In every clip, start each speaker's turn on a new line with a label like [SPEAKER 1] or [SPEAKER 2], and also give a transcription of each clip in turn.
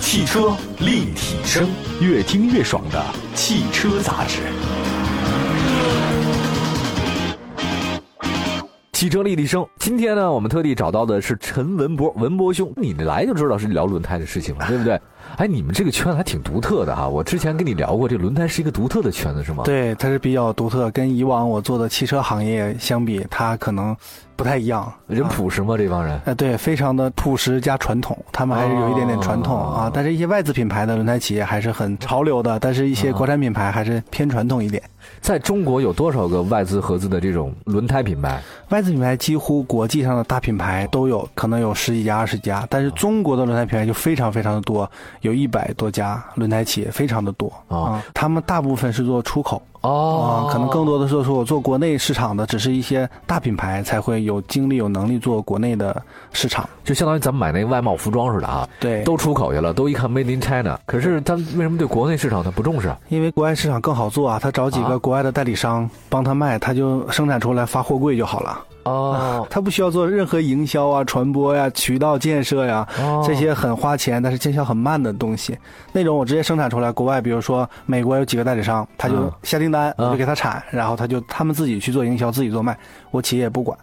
[SPEAKER 1] 汽车立体声，越听越爽的汽车杂志。
[SPEAKER 2] 汽车立体声，今天呢，我们特地找到的是陈文博，文博兄，你来就知道是聊轮胎的事情了，对不 对？哎，你们这个圈子还挺独特的哈、我之前跟你聊过，这轮胎是一个独特的圈子，是吗？，
[SPEAKER 3] 对，它是比较独特，跟以往我做的汽车行业相比，它可能不太一样。
[SPEAKER 2] 人朴实吗？这帮人？
[SPEAKER 3] 呃，对，非常的朴实加传统，他们还是有一点点传统、
[SPEAKER 2] 哦
[SPEAKER 3] 啊。但是，一些外资品牌的轮胎企业还是很潮流的，但是一些国产品牌还是偏传统一点。
[SPEAKER 2] 在中国有多少个外资合资的这种轮胎品牌？
[SPEAKER 3] 外资品牌几乎国际上的大品牌都有，可能有十几家、二十家，但是中国的轮胎品牌就非常非常的多，有一百多家轮胎企业，非常的多
[SPEAKER 2] 哦
[SPEAKER 3] 啊。他们大部分是做出口，
[SPEAKER 2] 哦
[SPEAKER 3] 啊，可能更多的是说，我做国内市场的，只是一些大品牌才会有精力、有能力做国内的市场。
[SPEAKER 2] 就相当于咱们买那个外贸服装似的啊，
[SPEAKER 3] 对，
[SPEAKER 2] 都出口去了，都一看 Made in China，可是他们为什么对国内市场他不重视啊？
[SPEAKER 3] 因为国外市场更好做啊，他找几
[SPEAKER 2] 啊
[SPEAKER 3] 个国外的代理商帮他卖，他就生产出来发货柜就好了。
[SPEAKER 2] 哦，
[SPEAKER 3] 他不需要做任何营销啊、传播呀、渠道建设呀、
[SPEAKER 2] 哦
[SPEAKER 3] 这些很花钱，但是见效很慢的东西。那种我直接生产出来，国外比如说美国有几个代理商，他就
[SPEAKER 2] 嗯
[SPEAKER 3] 下订单，
[SPEAKER 2] 嗯
[SPEAKER 3] 我就给他产，然后他就他们自己去做营销，自己做卖，我企业也不管。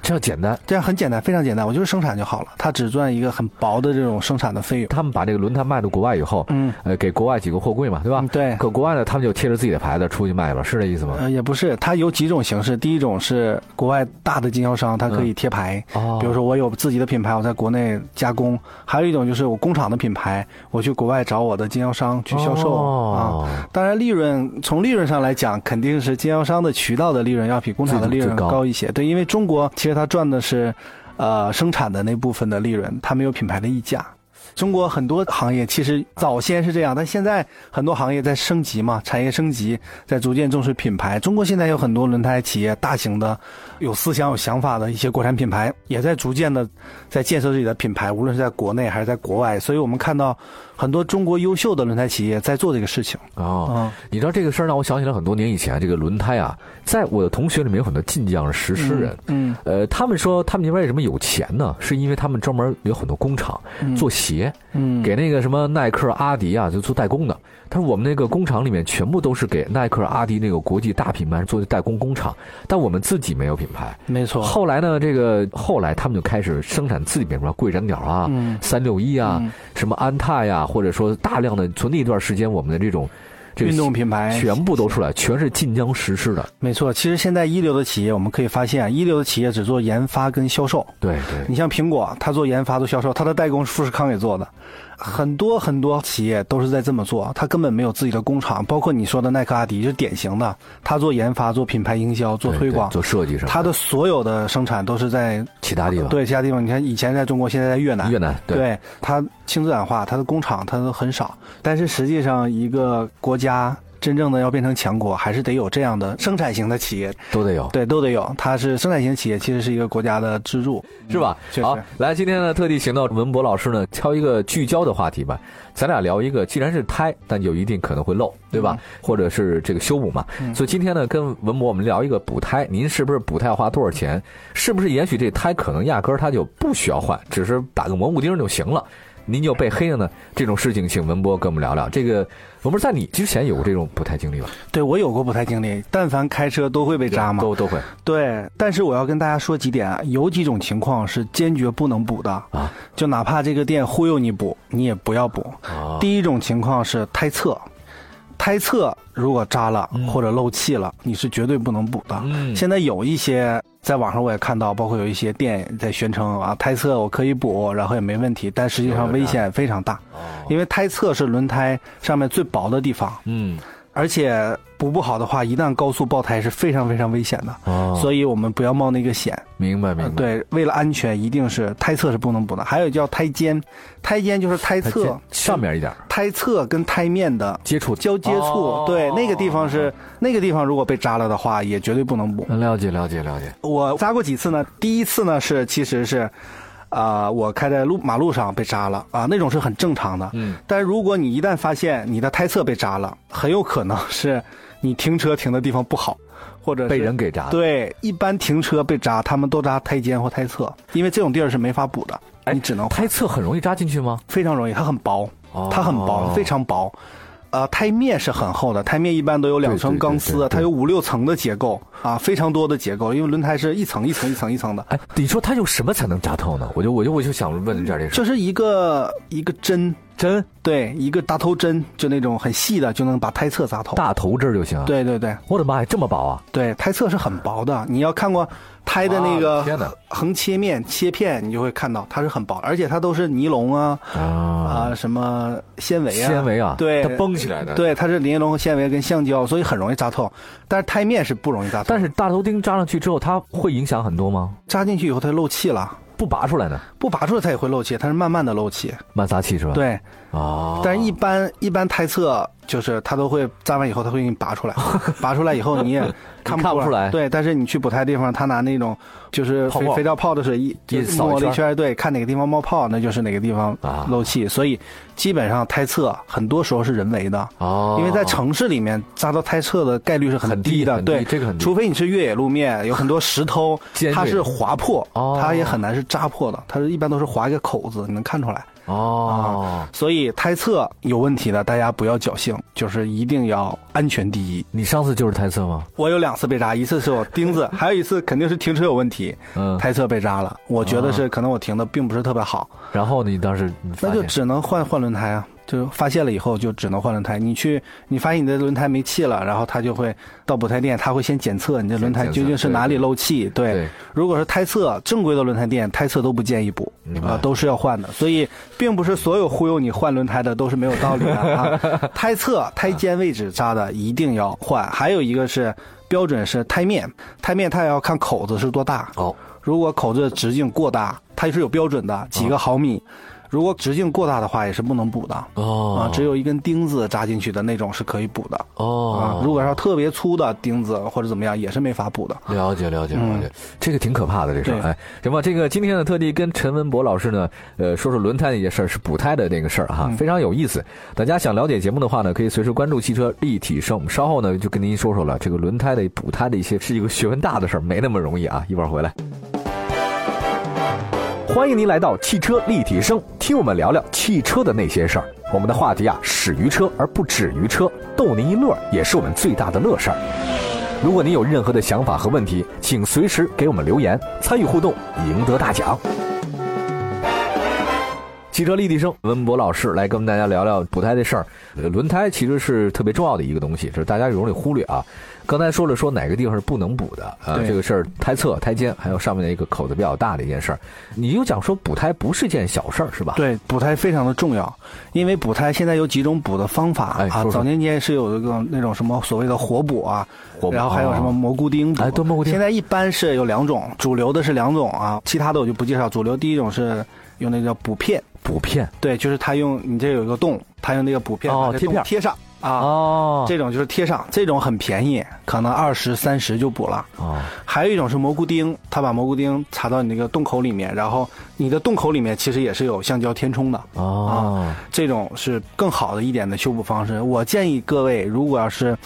[SPEAKER 2] 这样简单。
[SPEAKER 3] 这样很简单，非常简单，我就是生产就好了，他只赚一个很薄的这种生产的费用。
[SPEAKER 2] 他们把这个轮胎卖到国外以后，
[SPEAKER 3] 嗯，
[SPEAKER 2] 呃，给国外几个货柜嘛，对吧？
[SPEAKER 3] 嗯对
[SPEAKER 2] 可国外呢，他们就贴着自己的牌子出去卖了，是这意思吗？
[SPEAKER 3] 呃，也不是，它有几种形式。第一种是国外大的经销商，它可以贴牌，
[SPEAKER 2] 哦
[SPEAKER 3] 比如说我有自己的品牌，我在国内加工；还有一种就是我工厂的品牌，我去国外找我的经销商去销售、
[SPEAKER 2] 哦
[SPEAKER 3] 啊。当然，利润从利润上来讲，肯定是经销商的渠道的利润要比工厂的利
[SPEAKER 2] 最
[SPEAKER 3] 润
[SPEAKER 2] 高
[SPEAKER 3] 高一些。对，因为中国其实它赚的是，呃，生产的那部分的利润，它没有品牌的溢价。中国很多行业其实早先是这样，但现在很多行业在升级嘛，产业升级，在逐渐重视品牌。中国现在有很多轮胎企业，大型的、有思想、有想法的一些国产品牌，也在逐渐的在建设自己的品牌，无论是在国内还是在国外。所以我们看到很多中国优秀的轮胎企业在做这个事情。
[SPEAKER 2] 哦
[SPEAKER 3] 嗯，
[SPEAKER 2] 你知道这个事儿让我想起来很多年以前，这个轮胎啊，在我的同学里面有很多晋江的实施人，
[SPEAKER 3] 嗯，
[SPEAKER 2] 呃，他们说他们那边为什么有钱呢？是因为他们专门有很多工厂做鞋，
[SPEAKER 3] 嗯
[SPEAKER 2] 给那个什么耐克、阿迪啊，就做代工的。他说我们那个工厂里面全部都是给耐克、阿迪那个国际大品牌做的代工工厂，但我们自己没有品牌。
[SPEAKER 3] 没错
[SPEAKER 2] 后来呢，这个后来他们就开始生产自己品牌，贵燃鸟啊
[SPEAKER 3] 嗯、
[SPEAKER 2] 三六一啊
[SPEAKER 3] 嗯、
[SPEAKER 2] 什么安踏呀，或者说大量的，从那段时间我们的这种这个
[SPEAKER 3] 运动品牌
[SPEAKER 2] 全部都出来，全是晋江实施的。
[SPEAKER 3] 没错，其实现在一流的企业，我们可以发现，啊一流的企业只做研发跟销售。
[SPEAKER 2] 对对，
[SPEAKER 3] 你像苹果，啊它做研发、做销售，它的代工是富士康给做的，很多很多企业都是在这么做，它根本没有自己的工厂。包括你说的耐克、阿迪，就是典型的，它做研发、做品牌营销、做
[SPEAKER 2] 对
[SPEAKER 3] 推
[SPEAKER 2] 对
[SPEAKER 3] 广，
[SPEAKER 2] 做设计什么，
[SPEAKER 3] 它的所有的生产都是在
[SPEAKER 2] 其他地方
[SPEAKER 3] 对其他地方。你看，以前在中国，现在在越南，
[SPEAKER 2] 越南对
[SPEAKER 3] 对它轻资产化，它的工厂它都很少。但是实际上，一个国家真正的要变成强国，还是得有这样的生产型的企业，
[SPEAKER 2] 都得有。
[SPEAKER 3] 对，都得有。它是生产型企业，其实是一个国家的支柱，
[SPEAKER 2] 是吧？
[SPEAKER 3] 嗯确实
[SPEAKER 2] 好，来，今天呢，特地请到文博老师呢，挑一个聚焦的话题吧。咱俩聊一个，既然是胎，但有一定可能会漏，对
[SPEAKER 3] 嗯
[SPEAKER 2] 吧？或者是这个修补嘛。所以今天呢，跟文博我们聊一个补胎，您是不是补胎要花多少钱？是不是也许这胎可能压根儿它就不需要换，只是打个蘑菇钉儿就行了？您就被黑了呢？这种事情，请文博跟我们聊聊。这个文博在你之前有过这种补胎经历吧？
[SPEAKER 3] 对我有过不太经历，但凡开车都会被扎嘛。
[SPEAKER 2] 都都会
[SPEAKER 3] 对，但是我要跟大家说几点啊，有几种情况是坚决不能补的
[SPEAKER 2] 啊，
[SPEAKER 3] 就哪怕这个店忽悠你补，你也不要补。
[SPEAKER 2] 啊
[SPEAKER 3] 第一种情况是胎侧，胎侧如果扎了
[SPEAKER 2] 嗯
[SPEAKER 3] 或者漏气了，你是绝对不能补的。
[SPEAKER 2] 嗯
[SPEAKER 3] 现在有一些在网上我也看到，包括有一些店在宣称啊，胎侧我可以补，然后也没问题，但实际
[SPEAKER 2] 有
[SPEAKER 3] 上
[SPEAKER 2] 的
[SPEAKER 3] 危
[SPEAKER 2] 看
[SPEAKER 3] 险非常
[SPEAKER 2] 哦
[SPEAKER 3] 大，因为胎侧是轮胎上面最薄的地方。
[SPEAKER 2] 嗯
[SPEAKER 3] 而且补不好的话，一旦高速爆胎是非常非常危险的，
[SPEAKER 2] 哦，
[SPEAKER 3] 所以我们不要冒那个险。
[SPEAKER 2] 明白明白。
[SPEAKER 3] 对，为了安全，一定是胎侧是不能补的。还有叫胎尖，胎尖就是胎
[SPEAKER 2] 它
[SPEAKER 3] 侧
[SPEAKER 2] 先、上面一点儿
[SPEAKER 3] 胎侧跟胎面的
[SPEAKER 2] 接触
[SPEAKER 3] 交接处，
[SPEAKER 2] 哦
[SPEAKER 3] 对，那个地方是那个地方，如果被扎了的话，也绝对不能补。
[SPEAKER 2] 嗯了解了解了解。
[SPEAKER 3] 我扎过几次呢？第一次呢是其实是，啊、我开在路马路上被扎了啊、那种是很正常的。
[SPEAKER 2] 嗯，
[SPEAKER 3] 但如果你一旦发现你的胎侧被扎了，很有可能是你停车停的地方不好，或者是
[SPEAKER 2] 被人给扎的
[SPEAKER 3] 对，一般停车被扎，他们都扎胎尖或胎侧，因为这种地儿是没法补的，你只能
[SPEAKER 2] 胎侧很容易扎进去吗？
[SPEAKER 3] 非常容易，它很薄。
[SPEAKER 2] 哦
[SPEAKER 3] 它很薄，非常薄。呃，胎面是很厚的，胎面一般都有两层钢丝，啊
[SPEAKER 2] 对对对对对
[SPEAKER 3] 它有五六层的结构啊，非常多的结构，因为轮胎是一层一层一层一层的，
[SPEAKER 2] 哎，你说它用什么才能扎透呢？我就我就我就想问一下这个事儿，
[SPEAKER 3] 就是一个一个针，
[SPEAKER 2] 针
[SPEAKER 3] 对，一个大头针，就那种很细的，就能把胎侧扎透。
[SPEAKER 2] 大头针儿就行。，啊
[SPEAKER 3] 对对对
[SPEAKER 2] 我的妈呀，这么薄啊！
[SPEAKER 3] 对，胎侧是很薄的，你要看过胎的那
[SPEAKER 2] 哇啊天
[SPEAKER 3] 个
[SPEAKER 2] 哪
[SPEAKER 3] 横切面切片，你就会看到它是很薄，而且它都是尼龙啊
[SPEAKER 2] 啊
[SPEAKER 3] 啊，什么纤维啊，
[SPEAKER 2] 纤维啊，
[SPEAKER 3] 对，
[SPEAKER 2] 它绷起来的。，
[SPEAKER 3] 对，它是尼龙和纤维跟橡胶，所以很容易扎透。但是胎面是不容易扎透，
[SPEAKER 2] 但是大头钉扎上去之后，它会影响很多吗？
[SPEAKER 3] 扎进去以后它漏气了，
[SPEAKER 2] 不拔出来呢？
[SPEAKER 3] 不拔出来它也会漏气，它是慢慢的漏气。
[SPEAKER 2] 慢撒气是吧？
[SPEAKER 3] 对，
[SPEAKER 2] 啊，
[SPEAKER 3] 但是一般一般胎侧就是它都会扎完以后，它会给你拔 出来，拔出来以后你也看
[SPEAKER 2] 看不出来
[SPEAKER 3] 对，但是你去补胎地方，他拿那种就是
[SPEAKER 2] 泡
[SPEAKER 3] 肥
[SPEAKER 2] 沫
[SPEAKER 3] 肥皂泡的水一
[SPEAKER 2] 一
[SPEAKER 3] 就
[SPEAKER 2] 扫一
[SPEAKER 3] 抹了
[SPEAKER 2] 圈
[SPEAKER 3] 一圈，对，看哪个地方冒泡，那就是哪个地方
[SPEAKER 2] 啊
[SPEAKER 3] 漏气。所以基本上胎侧很多时候是人为的。
[SPEAKER 2] 哦，
[SPEAKER 3] 因为在城市里面扎到胎侧的概率是
[SPEAKER 2] 很低
[SPEAKER 3] 低的，
[SPEAKER 2] 很低
[SPEAKER 3] 对，
[SPEAKER 2] 这个很低
[SPEAKER 3] 除非你是越野路面，有很多 石头
[SPEAKER 2] 尖，锐
[SPEAKER 3] 它是划破，
[SPEAKER 2] 哦
[SPEAKER 3] 它也很难是扎破的，它是一般都是划一个口子，你能看出来。
[SPEAKER 2] 哦，
[SPEAKER 3] 所以胎侧有问题的，大家不要侥幸，就是一定要安全第一。
[SPEAKER 2] 你上次就是胎侧吗？
[SPEAKER 3] 我有两次被扎，一次是我 钉子，还有一次肯定是停车有问题，
[SPEAKER 2] 嗯，
[SPEAKER 3] 胎侧被扎了。我觉得是可能我停的并不是特别好，
[SPEAKER 2] 然后你当时你发
[SPEAKER 3] 那就
[SPEAKER 2] 现
[SPEAKER 3] 只能换换轮胎啊。就发现了以后就只能换轮胎。你去，你发现你的轮胎没气了，然后他就会到补胎店，他会先检测你的轮胎
[SPEAKER 2] 先检测
[SPEAKER 3] 究竟是哪里
[SPEAKER 2] 对对
[SPEAKER 3] 漏气。对，
[SPEAKER 2] 对
[SPEAKER 3] 如果是胎侧正规的轮胎店，胎侧都不建议补
[SPEAKER 2] 明，白
[SPEAKER 3] 啊、都是要换的。所以，并不是所有忽悠你换轮胎的都是没有道理的 啊。胎侧、胎尖位置扎的一定要换，还有一个是标准是胎面，胎面它也要看口子是多大，
[SPEAKER 2] 哦，
[SPEAKER 3] 如果口子直径过大，它是有标准的，几个毫米。如果直径过大的话，也是不能补的。
[SPEAKER 2] 哦
[SPEAKER 3] 啊，只有一根钉子扎进去的那种是可以补的。啊
[SPEAKER 2] 哦，，
[SPEAKER 3] 如果要特别粗的钉子或者怎么样，也是没法补的。
[SPEAKER 2] 了解了解了解，这个挺可怕的这事儿。
[SPEAKER 3] 嗯对
[SPEAKER 2] 哎，行吧，这个今天呢，特地跟陈文博老师呢，呃，说说轮胎的一件事儿，是补胎的这个事儿
[SPEAKER 3] 嗯
[SPEAKER 2] 哈，非常有意思。大家想了解节目的话呢，可以随时关注汽车立体声。我们稍后呢，就跟您说说了这个轮胎的补胎的一些是一个学问大的事儿，没那么容易啊。一会儿回来。欢迎您来到汽车立体声，听我们聊聊汽车的那些事儿。我们的话题啊，始于车而不止于车，逗您一乐儿也是我们最大的乐事儿。如果您有任何的想法和问题，请随时给我们留言，参与互动，赢得大奖。汽车立体声，文博老师来跟大家聊聊补胎的事儿。呃轮胎其实是特别重要的一个东西，这是大家容易忽略啊。刚才说了说哪个地方是不能补的啊，
[SPEAKER 3] 对
[SPEAKER 2] 这个事儿胎侧、胎尖，还有上面的一个口子比较大的一件事儿。你又讲说补胎不是件小事儿是吧？
[SPEAKER 3] 对，补胎非常的重要，因为补胎现在有几种补的方法
[SPEAKER 2] 哎说。
[SPEAKER 3] 啊
[SPEAKER 2] 说
[SPEAKER 3] 早年间是有一个那种什么所谓的活补啊，
[SPEAKER 2] 活补
[SPEAKER 3] 然后还有什么蘑菇钉补。
[SPEAKER 2] 哎对蘑菇钉
[SPEAKER 3] 现在一般是有两种，主流的是两种啊，其他的我就不介绍。主流第一种是用那个叫补片，
[SPEAKER 2] 补片
[SPEAKER 3] 对，就是他用你这有一个洞，他用那个补片
[SPEAKER 2] 哦
[SPEAKER 3] 把这
[SPEAKER 2] 贴
[SPEAKER 3] 洞
[SPEAKER 2] 片儿
[SPEAKER 3] 贴上啊。
[SPEAKER 2] 哦
[SPEAKER 3] 这种就是贴上，这种很便宜，可能二十三十就补了。
[SPEAKER 2] 哦
[SPEAKER 3] 还有一种是蘑菇钉，他把蘑菇钉插到你那个洞口里面，然后你的洞口里面其实也是有橡胶填充的，
[SPEAKER 2] 哦，
[SPEAKER 3] 这种是更好的一点的修补方式。我建议各位，如果要是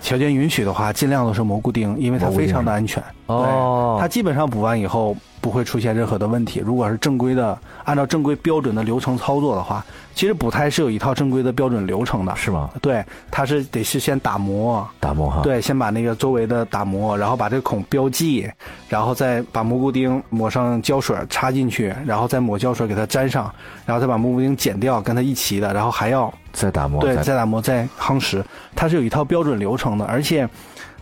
[SPEAKER 3] 条件允许的话，尽量都是蘑菇钉，因为它
[SPEAKER 2] 蘑菇钉
[SPEAKER 3] 非常的安全。
[SPEAKER 2] 哦
[SPEAKER 3] 对它基本上补完以后不会出现任何的问题。如果是正规的，按照正规标准的流程操作的话，其实补胎是有一套正规的标准流程的。
[SPEAKER 2] 哦是吗？
[SPEAKER 3] 对，它是得是先打磨，
[SPEAKER 2] 打磨哈，
[SPEAKER 3] 对，先把那个周围的打磨，然后把这个孔标记，然后再把蘑菇钉抹上胶水插进去，然后再抹胶水给它粘上，然后再把蘑菇钉剪掉，跟它一起的，然后还要
[SPEAKER 2] 再打磨，
[SPEAKER 3] 对
[SPEAKER 2] 再
[SPEAKER 3] 再打磨再夯实，它是有一套标准流程的。而且，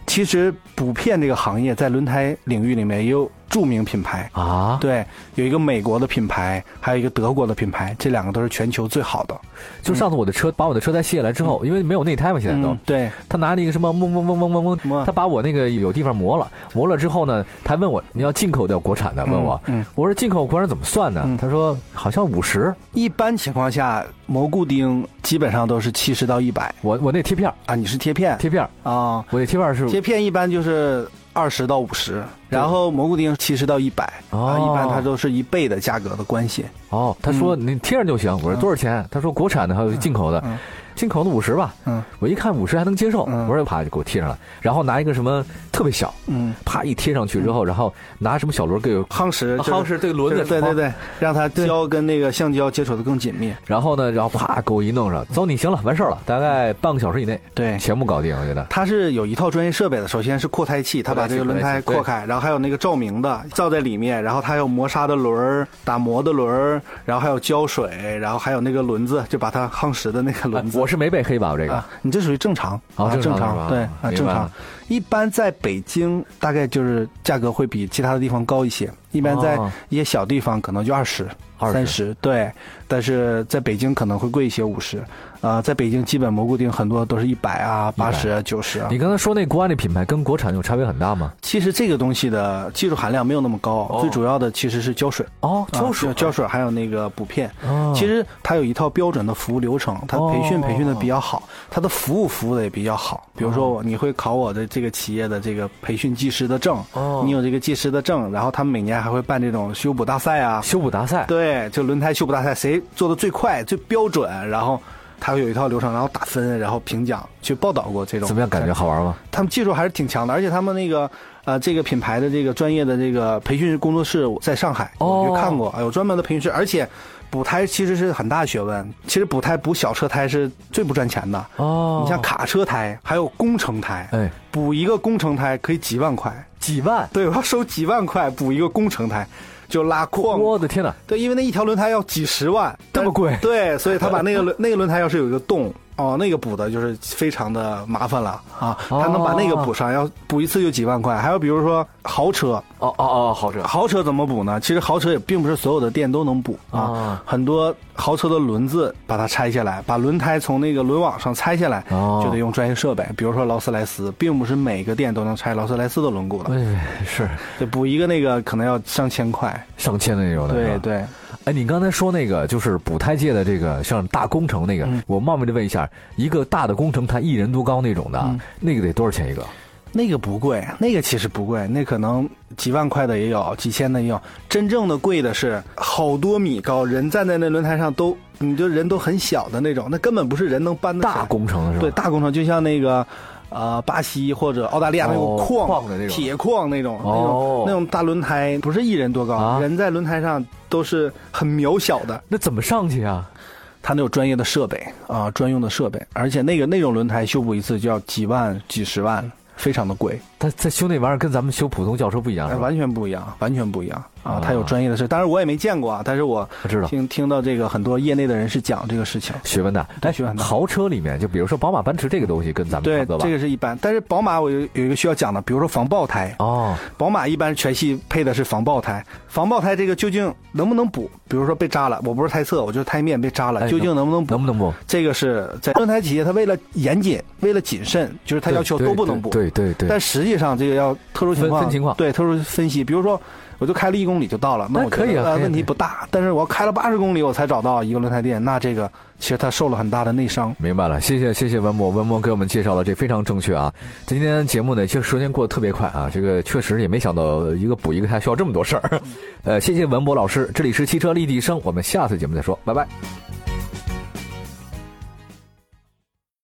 [SPEAKER 3] 其实补片这个行业在轮胎领域里面也有著名品牌，
[SPEAKER 2] 啊，
[SPEAKER 3] 对，有一个美国的品牌，还有一个德国的品牌，这两个都是全球最好的。
[SPEAKER 2] 就上次我的车把我的车胎卸下来之后，因为没有内胎嘛，现在都
[SPEAKER 3] 嗯，，对，
[SPEAKER 2] 他拿那个什么嗡嗡嗡嗡嗡嗡，
[SPEAKER 3] 磨
[SPEAKER 2] 他把我那个有地方磨了，磨了之后呢，他问我你要进口的国产的，问我，
[SPEAKER 3] 嗯嗯
[SPEAKER 2] 我说进口国产怎么算呢
[SPEAKER 3] 嗯？
[SPEAKER 2] 他说好像五十，
[SPEAKER 3] 一般情况下，蘑菇钉基本上都是七十到一百
[SPEAKER 2] 我我那贴片儿
[SPEAKER 3] 啊，你是贴片。
[SPEAKER 2] 贴片儿，
[SPEAKER 3] 啊、
[SPEAKER 2] 我那贴片儿是
[SPEAKER 3] 贴片一般就是二十到五十，
[SPEAKER 2] 对
[SPEAKER 3] 然后蘑菇钉七十到一百、啊，
[SPEAKER 2] 哦
[SPEAKER 3] 一般它都是一倍的价格的关系。
[SPEAKER 2] 哦，他说你贴上就行，我说多少钱？他说国产的还有进口的
[SPEAKER 3] 嗯，
[SPEAKER 2] 进口的五十吧，
[SPEAKER 3] 嗯
[SPEAKER 2] 我一看五十还能接受，
[SPEAKER 3] 嗯
[SPEAKER 2] 我说啪就给我贴上了，然后拿一个什么特别小，
[SPEAKER 3] 嗯，
[SPEAKER 2] 啪一贴上去之后，然后拿什么小轮给我
[SPEAKER 3] 夯实，嗯就是
[SPEAKER 2] 啊夯实这个轮子，
[SPEAKER 3] 对对
[SPEAKER 2] 对。
[SPEAKER 3] 对，让它
[SPEAKER 2] 对
[SPEAKER 3] 胶跟那个橡胶接触的更紧密。
[SPEAKER 2] 然后呢，然后啪给我一弄上，走，你行了，完事儿了，大概半个小时以内
[SPEAKER 3] 对，
[SPEAKER 2] 全部搞定，我觉得。
[SPEAKER 3] 它是有一套专业设备的，首先是扩胎器，它把这个轮胎扩开，然后还有那个照明的照在里面，然后它还有磨砂的轮儿、打磨的轮儿，然后还有胶水，然后还有那个轮子，就把它夯实的那个轮子。
[SPEAKER 2] 哎我是没被黑吧？我这个
[SPEAKER 3] 啊，你这属于正常
[SPEAKER 2] 哦
[SPEAKER 3] 啊，
[SPEAKER 2] 正常
[SPEAKER 3] 正
[SPEAKER 2] 是吧
[SPEAKER 3] 常，对
[SPEAKER 2] 明白
[SPEAKER 3] 啊，正常
[SPEAKER 2] 了。
[SPEAKER 3] 一般在北京，大概就是价格会比其他的地方高一些，一般在
[SPEAKER 2] 哦
[SPEAKER 3] 一些小地方可能就二十、
[SPEAKER 2] 20
[SPEAKER 3] 三十，对。但是在北京可能会贵一些，五十。啊，在北京基本蘑菇丁很多都是一百啊、八十啊、九十啊。
[SPEAKER 2] 你刚才说那国外那品牌跟国产有差别很大吗？
[SPEAKER 3] 其实这个东西的技术含量没有那么高，
[SPEAKER 2] 哦
[SPEAKER 3] 最主要的其实是胶水，
[SPEAKER 2] 哦，
[SPEAKER 3] 啊胶水还有那个补片。
[SPEAKER 2] 哦
[SPEAKER 3] 其实它有一套标准的服务流程，它培训
[SPEAKER 2] 哦
[SPEAKER 3] 培训的比较好，它的服务服务的也比较好。比如说我，你会考我的这个企业的这个培训技师的证，
[SPEAKER 2] 哦
[SPEAKER 3] 你有这个技师的证，然后他们每年还会办这种修补大 赛啊，
[SPEAKER 2] 修补大赛，
[SPEAKER 3] 对，就轮胎修补大赛，谁做的最快、最标准，然后它会有一套流程，然后打分，然后评奖，去报道过这种。
[SPEAKER 2] 怎么样？感觉好玩吗？
[SPEAKER 3] 他们技术还是挺强的，而且他们那个呃这个品牌的这个专业的这个培训工作室我在上海，
[SPEAKER 2] 哦
[SPEAKER 3] 我去看过，有专门的培训室，而且补胎其实是很大学问，其实补胎补小车胎是最不赚钱的。
[SPEAKER 2] 哦
[SPEAKER 3] 你像卡车胎，还有工程胎，
[SPEAKER 2] 哎，
[SPEAKER 3] 补一个工程胎可以几万块，
[SPEAKER 2] 几万，
[SPEAKER 3] 对，我要收几万块补一个工程胎，就拉矿啊
[SPEAKER 2] 我的天哪！
[SPEAKER 3] 对，因为那一条轮胎要几十万，
[SPEAKER 2] 这么贵
[SPEAKER 3] 但对，所以他把那个 轮那个轮胎要是有一个洞，哦，那个补的就是非常的麻烦了啊。
[SPEAKER 2] 哦
[SPEAKER 3] 他能把那个补上，要补一次就几万块。还有比如说豪车，
[SPEAKER 2] 哦哦哦，好这
[SPEAKER 3] 豪车怎么补呢？其实豪车也并不是所有的店都能补啊。
[SPEAKER 2] 哦
[SPEAKER 3] 很多豪车的轮子把它拆下来，把轮胎从那个轮网上拆下来，
[SPEAKER 2] 哦
[SPEAKER 3] 就得用专业设备，比如说劳斯莱斯，并不是每个店都能拆劳斯莱斯的轮毂的，
[SPEAKER 2] 哎是
[SPEAKER 3] 对，补一个那个可能要上千块。
[SPEAKER 2] 上千的那种的，是
[SPEAKER 3] 对
[SPEAKER 2] 吧。
[SPEAKER 3] 对，
[SPEAKER 2] 哎，你刚才说那个就是补胎界的这个像大工程那个，
[SPEAKER 3] 嗯
[SPEAKER 2] 我冒昧的问一下，一个大的工程它一人多高那种的，
[SPEAKER 3] 嗯
[SPEAKER 2] 那个得多少钱一个？
[SPEAKER 3] 那个不贵，那个其实不贵，那可能几万块的也有，几千的也有。真正的贵的是好多米高，人站在那轮胎上都，你就人都很小的那种，那根本不是人能搬得起来
[SPEAKER 2] 大工程是吧？
[SPEAKER 3] 对大工程，就像那个。呃，巴西或者澳大利亚那种
[SPEAKER 2] 哦
[SPEAKER 3] 矿、
[SPEAKER 2] 矿的那种
[SPEAKER 3] 铁矿那种、
[SPEAKER 2] 哦
[SPEAKER 3] 那种那种大轮胎，不是一人多高，
[SPEAKER 2] 啊
[SPEAKER 3] 人在轮胎上都是很渺小的。
[SPEAKER 2] 那怎么上去啊？
[SPEAKER 3] 它那有专业的设备啊、专用的设备，而且那个那种轮胎修补一次就要几万、几十万，非常的贵。
[SPEAKER 2] 它它修那玩意儿跟咱们修普通轿车不一样
[SPEAKER 3] 哎
[SPEAKER 2] 是吧？
[SPEAKER 3] 完全不一样，完全不一样
[SPEAKER 2] 啊
[SPEAKER 3] 啊！他有专业的事，当然我也没见过啊，但是我
[SPEAKER 2] 我知道
[SPEAKER 3] 听听到这个很多业内的人士讲这个事情。
[SPEAKER 2] 学问大，哎，
[SPEAKER 3] 学问大
[SPEAKER 2] 豪车里面就比如说宝马、奔驰这个东西跟咱们差
[SPEAKER 3] 对
[SPEAKER 2] 不多，吧？
[SPEAKER 3] 这个是一般，但是宝马我有有一个需要讲的，比如说防爆胎，
[SPEAKER 2] 哦，
[SPEAKER 3] 宝马一般全系配的是防爆胎，防爆胎这个究竟能不能补？比如说被扎了，我不是胎侧，我就是胎面被扎
[SPEAKER 2] 哎
[SPEAKER 3] 了，究竟能不能补？
[SPEAKER 2] 能不能不？
[SPEAKER 3] 这个是在轮胎企业，它为了严谨，为了谨慎，就是它
[SPEAKER 2] 对
[SPEAKER 3] 要求
[SPEAKER 2] 对
[SPEAKER 3] 都不能
[SPEAKER 2] 对
[SPEAKER 3] 补。
[SPEAKER 2] 对对对，
[SPEAKER 3] 但实际上这个要特殊情况，
[SPEAKER 2] 分分情况
[SPEAKER 3] 对特殊分析，比如说。我就开了一公里就到了，那
[SPEAKER 2] 那
[SPEAKER 3] 我觉得
[SPEAKER 2] 可以啊
[SPEAKER 3] 呃
[SPEAKER 2] 可以啊
[SPEAKER 3] 问
[SPEAKER 2] 可
[SPEAKER 3] 题
[SPEAKER 2] 以
[SPEAKER 3] 不大。但是我要开了八十公里，我才找到一个轮胎店，那这个其实他受了很大的内伤。
[SPEAKER 2] 明白了，谢谢谢谢文博，文博给我们介绍了这非常正确啊。今天节目呢，其实时间过得特别快啊，这个确实也没想到一个补一个 还需要这么多事儿。呃，谢谢文博老师，这里是汽车立体声，我们下次节目再说，拜拜。